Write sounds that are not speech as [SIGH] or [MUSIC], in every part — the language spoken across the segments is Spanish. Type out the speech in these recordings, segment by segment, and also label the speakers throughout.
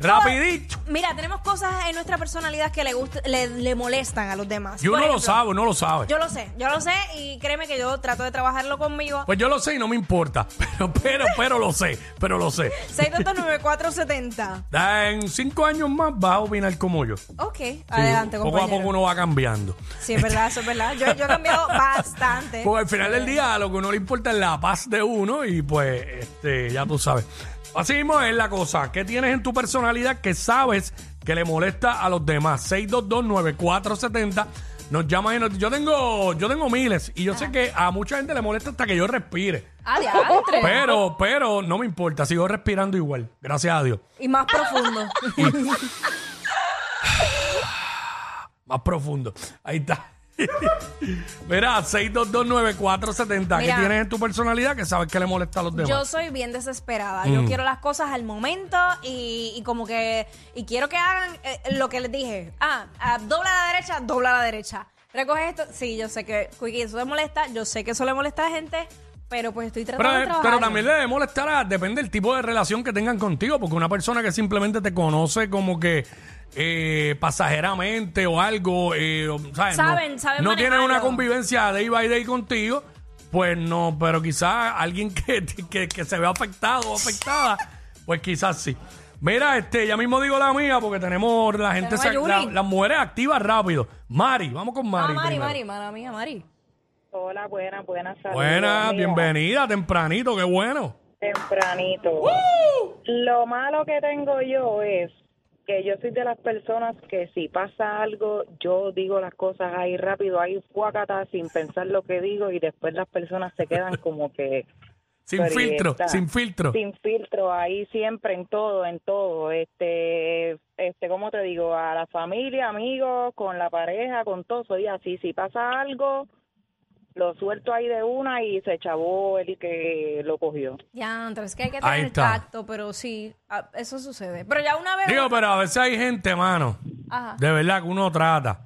Speaker 1: Rapidito.
Speaker 2: Mira, tenemos cosas en nuestra personalidad que le, gusta, le, le molestan a los demás.
Speaker 1: Yo
Speaker 2: Por
Speaker 1: no lo
Speaker 2: ejemplo,
Speaker 1: sabe, no lo sabe.
Speaker 2: Yo lo sé, yo lo sé y créeme que yo trato de trabajarlo conmigo.
Speaker 1: Pues yo lo sé y no me importa. [LAUGHS] Pero, pero, pero lo sé. Pero lo sé.
Speaker 2: 6229470.
Speaker 1: En cinco años más vas a opinar como yo. Sí,
Speaker 2: Ok, adelante,
Speaker 1: Poco a
Speaker 2: compañero.
Speaker 1: poco uno va cambiando.
Speaker 2: Sí, es verdad, eso es verdad. Yo, yo
Speaker 1: [LAUGHS]
Speaker 2: he cambiado bastante.
Speaker 1: Porque al final del día lo que uno le importa es la paz de uno y pues este, ya tú sabes. Así mismo es la cosa. ¿Qué tienes en tu personalidad que sabes que le molesta a los demás? 6229470. Nos llamas y nos... Yo tengo, yo tengo miles y yo sé que a mucha gente le molesta hasta que yo respire.
Speaker 2: Ah, Adiantre.
Speaker 1: Pero, pero no me importa, sigo respirando igual. Gracias a Dios.
Speaker 2: Y más profundo.
Speaker 1: Más profundo. Ahí está. [LAUGHS] Mira, 6229470. ¿Qué
Speaker 2: Mira.
Speaker 1: tienes en tu personalidad que sabes que le molesta a los demás?
Speaker 2: Yo soy bien desesperada.
Speaker 1: Mm.
Speaker 2: Yo quiero las cosas al momento y, y como que. Y quiero que hagan eh, lo que les dije. Ah, ah, dobla a la derecha, dobla a la derecha. Recoge esto. Sí, yo sé que Quickie, eso le molesta. Yo sé que eso le molesta a la gente, pero pues estoy tratando
Speaker 1: Pero,
Speaker 2: de
Speaker 1: eh,
Speaker 2: trabajar.
Speaker 1: pero también le debe molestar, a- depende del tipo de relación que tengan contigo, porque una persona que simplemente te conoce como que eh, pasajeramente o algo, eh, o- ¿sabes? no,
Speaker 2: Saben, saben
Speaker 1: no tiene
Speaker 2: manejarlo.
Speaker 1: una convivencia day by day contigo, pues no, pero quizás alguien [LAUGHS] que, que- que se vea afectado o afectada, pues quizás sí. Mira, este, ya mismo digo la mía porque tenemos la gente,
Speaker 2: Tenemos
Speaker 1: se-
Speaker 2: a Yuri.
Speaker 1: la- las mujeres activas rápido. Mari, vamos con
Speaker 2: Ah,
Speaker 1: Mari.
Speaker 2: Mari,
Speaker 1: primero.
Speaker 2: Mari, mala mía, Mari.
Speaker 3: Hola, buenas, buenas. saludos.
Speaker 1: Buena,
Speaker 3: Mira,
Speaker 1: bienvenida, tempranito, qué bueno.
Speaker 3: Tempranito. Lo malo que tengo yo es que yo soy de las personas que si pasa algo, yo digo las cosas ahí rápido, ahí fuacata, sin pensar lo que digo y después las personas se quedan como que...
Speaker 1: Sin
Speaker 3: Pero, ¿y
Speaker 1: filtro,
Speaker 3: esta?
Speaker 1: sin filtro.
Speaker 3: Sin filtro, ahí siempre, en todo, en todo. Este, este, ¿cómo te digo? A la familia, amigos, con la pareja, con todo. Soy así, si pasa algo, lo suelto ahí de una y se chavó el que lo cogió.
Speaker 2: Ya, es que hay que
Speaker 1: Ahí
Speaker 2: tener
Speaker 1: está.
Speaker 2: tacto, pero sí, ah, eso sucede. Pero ya una vez.
Speaker 1: Digo, pero a veces hay gente, mano,
Speaker 2: Ajá.
Speaker 1: de verdad que uno trata.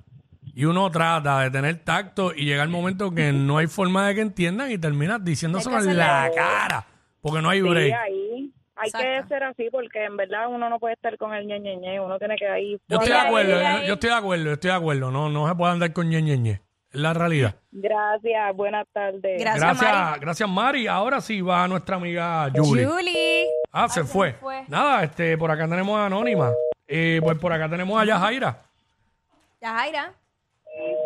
Speaker 1: Y uno trata de tener tacto y llega el momento que no hay forma de que entiendan y terminas diciéndoselo
Speaker 2: Hay que
Speaker 1: en la
Speaker 3: hacerlo.
Speaker 1: cara. Porque no hay
Speaker 3: Sí,
Speaker 1: break.
Speaker 3: ahí. Hay
Speaker 2: Exacto.
Speaker 3: que ser así porque en verdad uno no puede estar con el ñe, ñe, ñe. uno tiene que ahí...
Speaker 1: Yo estoy de
Speaker 2: Ahí,
Speaker 1: acuerdo, ¿eh?
Speaker 2: ahí,
Speaker 1: yo,
Speaker 2: ahí.
Speaker 1: yo estoy de acuerdo, yo estoy de acuerdo. No, no se puede andar con ñe, ñe, ñe. Es la realidad.
Speaker 3: Gracias, buenas tardes.
Speaker 2: Gracias.
Speaker 1: gracias,
Speaker 2: Mari.
Speaker 1: gracias, Mari. Ahora sí va nuestra amiga Julie.
Speaker 2: Julie.
Speaker 1: Ah, se
Speaker 2: Ay, se
Speaker 1: fue.
Speaker 2: me fue.
Speaker 1: Nada, este, por acá tenemos a Anónima. Eh, pues por acá tenemos a Yajaira.
Speaker 2: Ya, Jaira.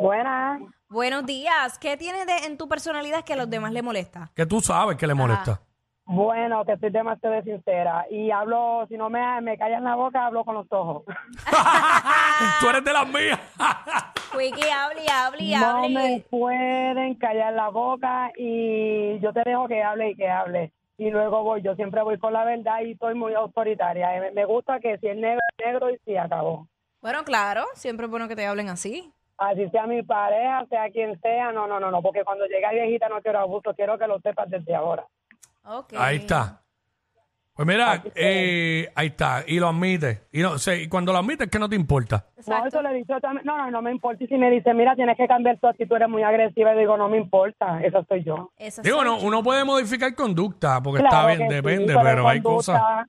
Speaker 3: Buenas.
Speaker 2: Buenos días. ¿Qué tienes de- en tu personalidad que a los demás le molesta?
Speaker 1: Que tú sabes que le molesta.
Speaker 4: Bueno, te soy demasiado sincera y hablo, si no me, me callan la boca, hablo con los ojos.
Speaker 1: [LAUGHS] Tú eres de las mías.
Speaker 2: Wiki, hable y hable y
Speaker 4: No
Speaker 2: hable.
Speaker 4: me pueden callar la boca y yo te dejo que hable y que hable. Y luego voy, yo siempre voy con la verdad y soy muy autoritaria. Eh, Me- Me gusta que si es negro, es negro y si acabó.
Speaker 2: Bueno, claro, siempre es bueno que te hablen así.
Speaker 4: Así sea mi pareja, sea quien sea, no, no, no, no, porque cuando llega viejita no quiero abuso, quiero que lo sepas desde ahora.
Speaker 2: Ok.
Speaker 1: Ahí está. Pues mira, eh, ahí está. Y lo admites. Y, no, sé, y cuando lo admites, que no te importa.
Speaker 4: No,
Speaker 2: Exacto.
Speaker 4: eso le he dicho también. No, no, no me importa. Y si me dice, mira, tienes que cambiar tu actitud, eres muy agresiva, y digo, no me importa, eso soy yo.
Speaker 2: Esa
Speaker 1: Digo,
Speaker 2: soy
Speaker 1: no,
Speaker 2: yo.
Speaker 1: uno puede modificar conducta, porque
Speaker 4: Claro
Speaker 1: Pues está
Speaker 4: que
Speaker 1: bien,
Speaker 4: sí,
Speaker 1: depende,
Speaker 4: sobre
Speaker 1: pero hay
Speaker 4: conducta,
Speaker 1: cosas.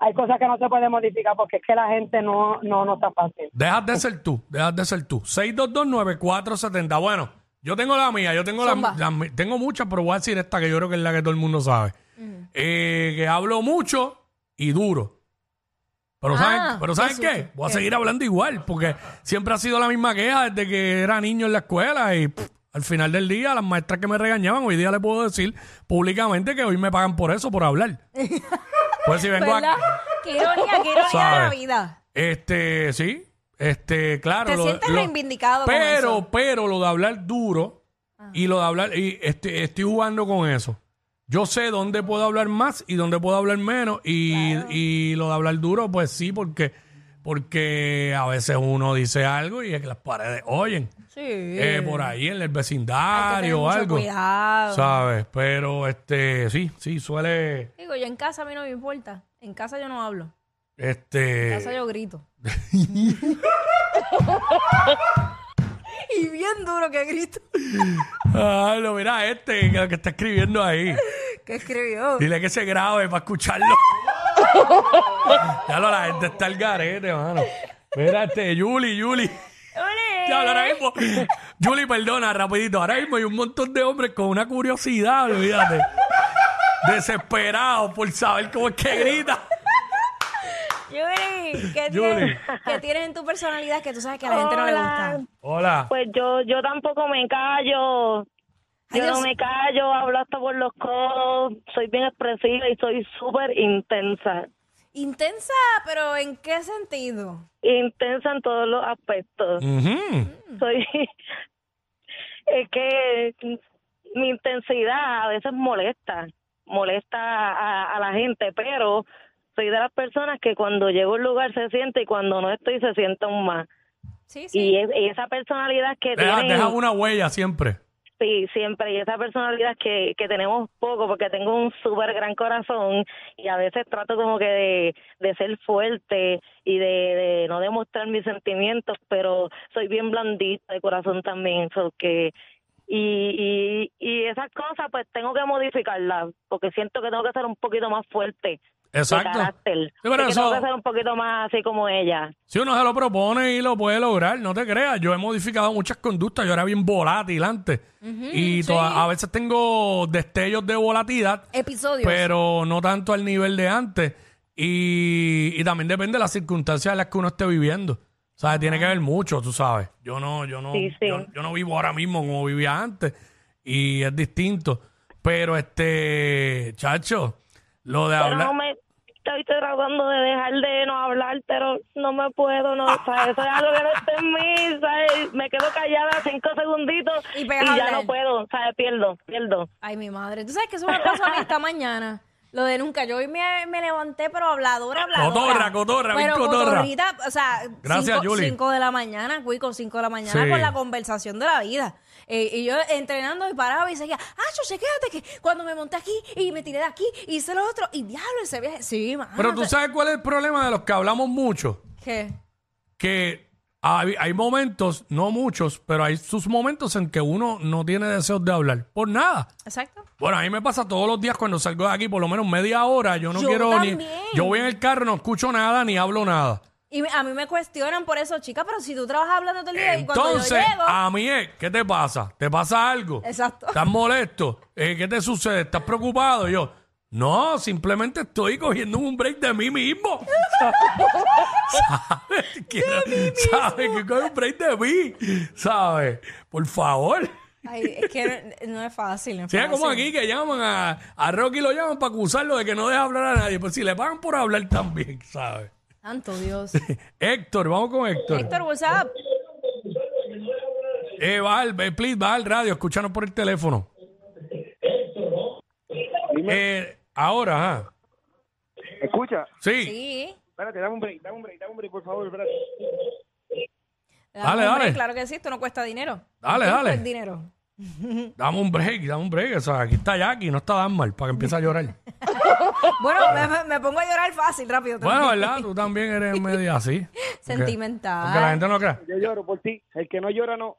Speaker 4: Hay cosas que no se pueden modificar porque es que la gente no, no, no está fácil.
Speaker 1: Dejas de ser tú, dejas de ser tú. 6229470. Bueno, yo tengo la mía, yo tengo la,
Speaker 2: Zumba.
Speaker 1: la mi- tengo muchas, pero voy a decir esta que yo creo que es la que todo el mundo sabe. Eh, que hablo mucho y duro. Pero
Speaker 2: Ah,
Speaker 1: ¿saben, pero
Speaker 2: qué
Speaker 1: ¿saben qué?
Speaker 2: susto.
Speaker 1: Voy a
Speaker 2: ¿Qué?
Speaker 1: seguir hablando igual, porque siempre ha sido la misma queja desde que era niño en la escuela y pff, al final del día las maestras que me regañaban, hoy día les puedo decir públicamente que hoy me pagan por eso, por
Speaker 2: [LAUGHS]
Speaker 1: hablar. pues si vengo
Speaker 2: ¿Verdad?
Speaker 1: a...
Speaker 2: Qué ironía, qué ironía de la
Speaker 1: Sabe.
Speaker 2: vida.
Speaker 1: Este, sí. Este, claro.
Speaker 2: Te sientes reivindicado con
Speaker 1: Pero,
Speaker 2: eso. Ah.
Speaker 1: pero lo de hablar duro y lo de hablar, y este, estoy jugando con eso. Yo sé dónde puedo hablar más y dónde puedo hablar menos. Y, y lo de hablar duro, pues sí, porque, porque a veces uno dice algo y es que las paredes oyen.
Speaker 2: Sí.
Speaker 1: Eh, por ahí en el
Speaker 2: Hay que tener
Speaker 1: vecindario o
Speaker 2: mucho
Speaker 1: algo.
Speaker 2: Cuidado.
Speaker 1: ¿Sabes? Pero este, sí, sí, suele.
Speaker 2: Digo, yo en casa a mí no me importa. En casa yo no hablo. En
Speaker 1: Este.
Speaker 2: casa yo grito. y bien duro que grito.
Speaker 1: [LAUGHS]
Speaker 2: [LAUGHS]
Speaker 1: Ay, lo mira este que que está escribiendo ahí.
Speaker 2: ¿Qué escribió?
Speaker 1: Dile que se grabe para escucharlo. Ya lo, la gente está al garete, mano. Mira, este, Yuli, Yuli.
Speaker 2: ¡Ole!
Speaker 1: Ya, ahora mismo. Yuli, perdona, rapidito. Ahora mismo hay un montón de hombres con una curiosidad, olvídate. Desesperados por saber cómo es que grita.
Speaker 2: Yuri, ¿qué,
Speaker 1: Yuri.
Speaker 2: Tienes, ¿qué tienes en tu personalidad que tú sabes que a la gente no le
Speaker 3: Hola.
Speaker 2: gusta?
Speaker 1: Hola.
Speaker 3: Pues yo, yo tampoco me callo.
Speaker 2: Ay,
Speaker 3: Yo
Speaker 2: Dios.
Speaker 3: no me callo, hablo hasta por los codos, soy bien expresiva y soy súper intensa.
Speaker 2: Intensa, pero ¿en qué sentido?
Speaker 3: Intensa en todos los aspectos.
Speaker 1: Ujú.
Speaker 3: Soy. [LAUGHS] es que mi intensidad a veces molesta, molesta a, a la gente, pero soy de las personas que cuando llego a un lugar se siente y cuando no estoy se siente aún más.
Speaker 2: Sí, sí.
Speaker 3: Y, es- y esa personalidad que
Speaker 1: Deja,
Speaker 3: tienen-
Speaker 1: deja una huella siempre.
Speaker 3: Sí, siempre. Y esa personalidad que, que tenemos poco, porque tengo un súper gran corazón y a veces trato como que de, de ser fuerte y de, de no demostrar mis sentimientos, pero soy bien blandita de corazón también. so que, y, y, y esas cosas pues tengo que modificarlas, porque siento que tengo que ser un poquito más fuerte. De
Speaker 1: Exacto.
Speaker 3: carácter.
Speaker 1: Sí, pero
Speaker 3: Sé que tengo
Speaker 1: eso-
Speaker 3: que ser un poquito más así como ella.
Speaker 1: Si uno se lo propone y lo puede lograr, no te creas. Yo he modificado muchas conductas. Yo era bien volátil antes. y toda- a veces tengo destellos de volatilidad,
Speaker 2: Episodios.
Speaker 1: pero no tanto al nivel de antes. Y, y también depende de las circunstancias en las que uno esté viviendo. O sea, tiene que ver mucho, tú sabes. Yo no, yo no,
Speaker 3: Sí, sí.
Speaker 1: Yo, yo no vivo ahora mismo como vivía antes. Y es distinto. Pero este, chacho, lo de
Speaker 3: Pero
Speaker 1: hablar.
Speaker 3: no me estoy tratando de dejar de no hablar, pero no me puedo, no, o sea, eso es algo que no está en mí, ¿sabes? Me quedo callada cinco segunditos
Speaker 2: Y
Speaker 3: y,
Speaker 2: pegas a
Speaker 3: ya
Speaker 2: hablar.
Speaker 3: no puedo, ¿sabes? Pierdo, pierdo.
Speaker 2: Ay, mi madre. Tú sabes que eso me pasó a mí esta mañana. Lo de nunca. Yo hoy me, me levanté, pero habladora, habladora.
Speaker 1: Cotorra, cotorra, bien
Speaker 2: pero
Speaker 1: cotorra.
Speaker 2: cotorrita, o sea,
Speaker 1: Gracias,
Speaker 2: cinco,
Speaker 1: Yuli.
Speaker 2: cinco de la mañana, cuico, cinco de la mañana
Speaker 1: Sí.
Speaker 2: con la conversación de la vida. Eh, y yo entrenando y paraba y seguía, ah, yo quédate que cuando me monté aquí y me tiré de aquí y hice lo otro. Y diablo, ese viaje. Sí, mano.
Speaker 1: Pero tú
Speaker 2: te-
Speaker 1: sabes cuál es el problema de los que hablamos mucho.
Speaker 2: ¿Qué?
Speaker 1: que hay, hay momentos, no muchos, pero hay sus momentos en que uno no tiene deseos de hablar por nada.
Speaker 2: Exacto.
Speaker 1: Bueno, a mí me pasa todos los días cuando salgo de aquí, por lo menos media hora, yo no
Speaker 2: Yo
Speaker 1: quiero ni...
Speaker 2: también.
Speaker 1: Yo voy en el carro, no escucho nada, ni hablo nada.
Speaker 2: Y me- a mí me cuestionan por eso, chica, pero si tú trabajas hablando todo el día y cuando yo
Speaker 1: Entonces, ah.
Speaker 2: llego...
Speaker 1: a mí es, ¿qué te pasa? ¿Te pasa algo?
Speaker 2: Exacto.
Speaker 1: ¿Estás molesto? Eh, ¿Qué te sucede? ¿Estás preocupado? Y yo, no, simplemente estoy cogiendo un break de mí
Speaker 2: [LAUGHS]
Speaker 1: mismo. ¿Sabes? Quiero- ¿Sabes? Que coge un break de mí. ¿Sabes? Por favor.
Speaker 2: Ay, es que no, no es fácil, no es
Speaker 1: Si es como
Speaker 2: fácil.
Speaker 1: aquí que llaman a, a Rocky, lo llaman para acusarlo de que no deja hablar a nadie. Pues si le pagan por hablar también, ¿sabes? [LAUGHS]
Speaker 2: Santo Dios.
Speaker 1: Héctor, vamos con Héctor.
Speaker 2: Héctor, WhatsApp.
Speaker 1: Eh, va al, eh, please, va al radio, escúchanos por el teléfono. Eh, ahora, ajá.
Speaker 5: Escucha,
Speaker 1: Sí.
Speaker 2: Sí.
Speaker 5: espérate, dame un break, dame un break, dame un break, por favor, espérate.
Speaker 2: Le
Speaker 1: Dale,
Speaker 2: damos un break,
Speaker 1: dale.
Speaker 2: Claro que sí, esto no cuesta dinero.
Speaker 1: Dale,
Speaker 2: Esto
Speaker 1: dale.
Speaker 2: Es dinero.
Speaker 1: Dame un break, dame un break. O sea, aquí está Jackie, no está tan mal para que empiece a
Speaker 2: [LAUGHS]
Speaker 1: llorar.
Speaker 2: Bueno, me- me, me pongo a llorar fácil, rápido.
Speaker 1: bueno,
Speaker 2: tranquilo.
Speaker 1: ¿verdad? Tú también eres media así.
Speaker 2: Sentimental.
Speaker 1: Porque la gente no crea.
Speaker 5: Yo lloro por ti, el que no llora no.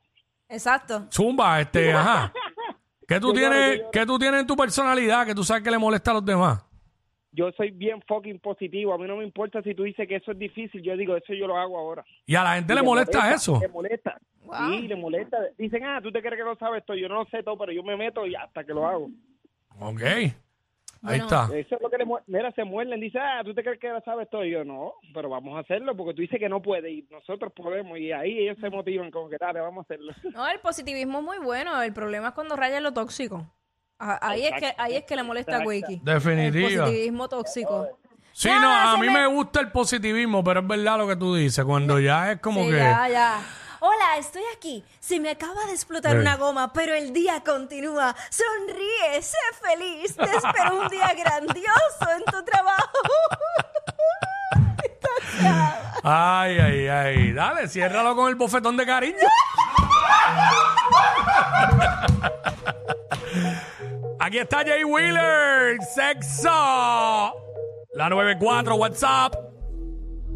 Speaker 2: Exacto.
Speaker 1: Zumba, este, ajá. ¿Qué tú,
Speaker 5: Yo lloro,
Speaker 1: tienes,
Speaker 5: yo lloro.
Speaker 1: ¿Qué tú tienes en tu personalidad que tú sabes que le molesta a los demás?
Speaker 5: Yo soy bien fucking positivo, a mí no me importa si tú dices que eso es difícil, yo digo, eso yo lo hago ahora.
Speaker 1: Y a la gente le
Speaker 5: Y
Speaker 1: molesta, eso.
Speaker 5: Le molesta.
Speaker 2: Wow.
Speaker 5: Sí, le molesta. Dicen, ah, tú te crees que lo sabes todo, yo no lo sé todo, pero yo me meto y hasta que lo hago.
Speaker 1: Ok. Ahí está.
Speaker 5: Eso es lo que le mu- Mira, se muerden, dice, ah, tú te crees que lo sabes todo, y yo no, pero vamos a hacerlo porque tú dices que no puedes y nosotros podemos y ahí ellos se motivan como que dale, vamos a hacerlo.
Speaker 2: No, el positivismo es muy bueno. El problema es cuando raya lo tóxico. Ah, Ahí es, que, ahí es que le molesta a Wiki. El
Speaker 1: Definitiva.
Speaker 2: positivismo tóxico.
Speaker 1: Sí,
Speaker 2: Nada,
Speaker 1: no, a
Speaker 2: se
Speaker 1: mí
Speaker 2: me-
Speaker 1: me gusta el positivismo, pero es verdad lo que tú dices, cuando ya es como
Speaker 2: Sí,
Speaker 1: que...
Speaker 2: ya, ya. Hola, estoy aquí. Se me acaba de explotar
Speaker 1: Sí.
Speaker 2: una goma, pero el día continúa. Sonríe, sé feliz. Te espero
Speaker 1: [LAUGHS]
Speaker 2: un día grandioso en tu trabajo.
Speaker 1: Ay, ay, ay. Dale, ciérralo con el bofetón de cariño. Aquí está Jay Wheeler, sexo. La 94, WhatsApp.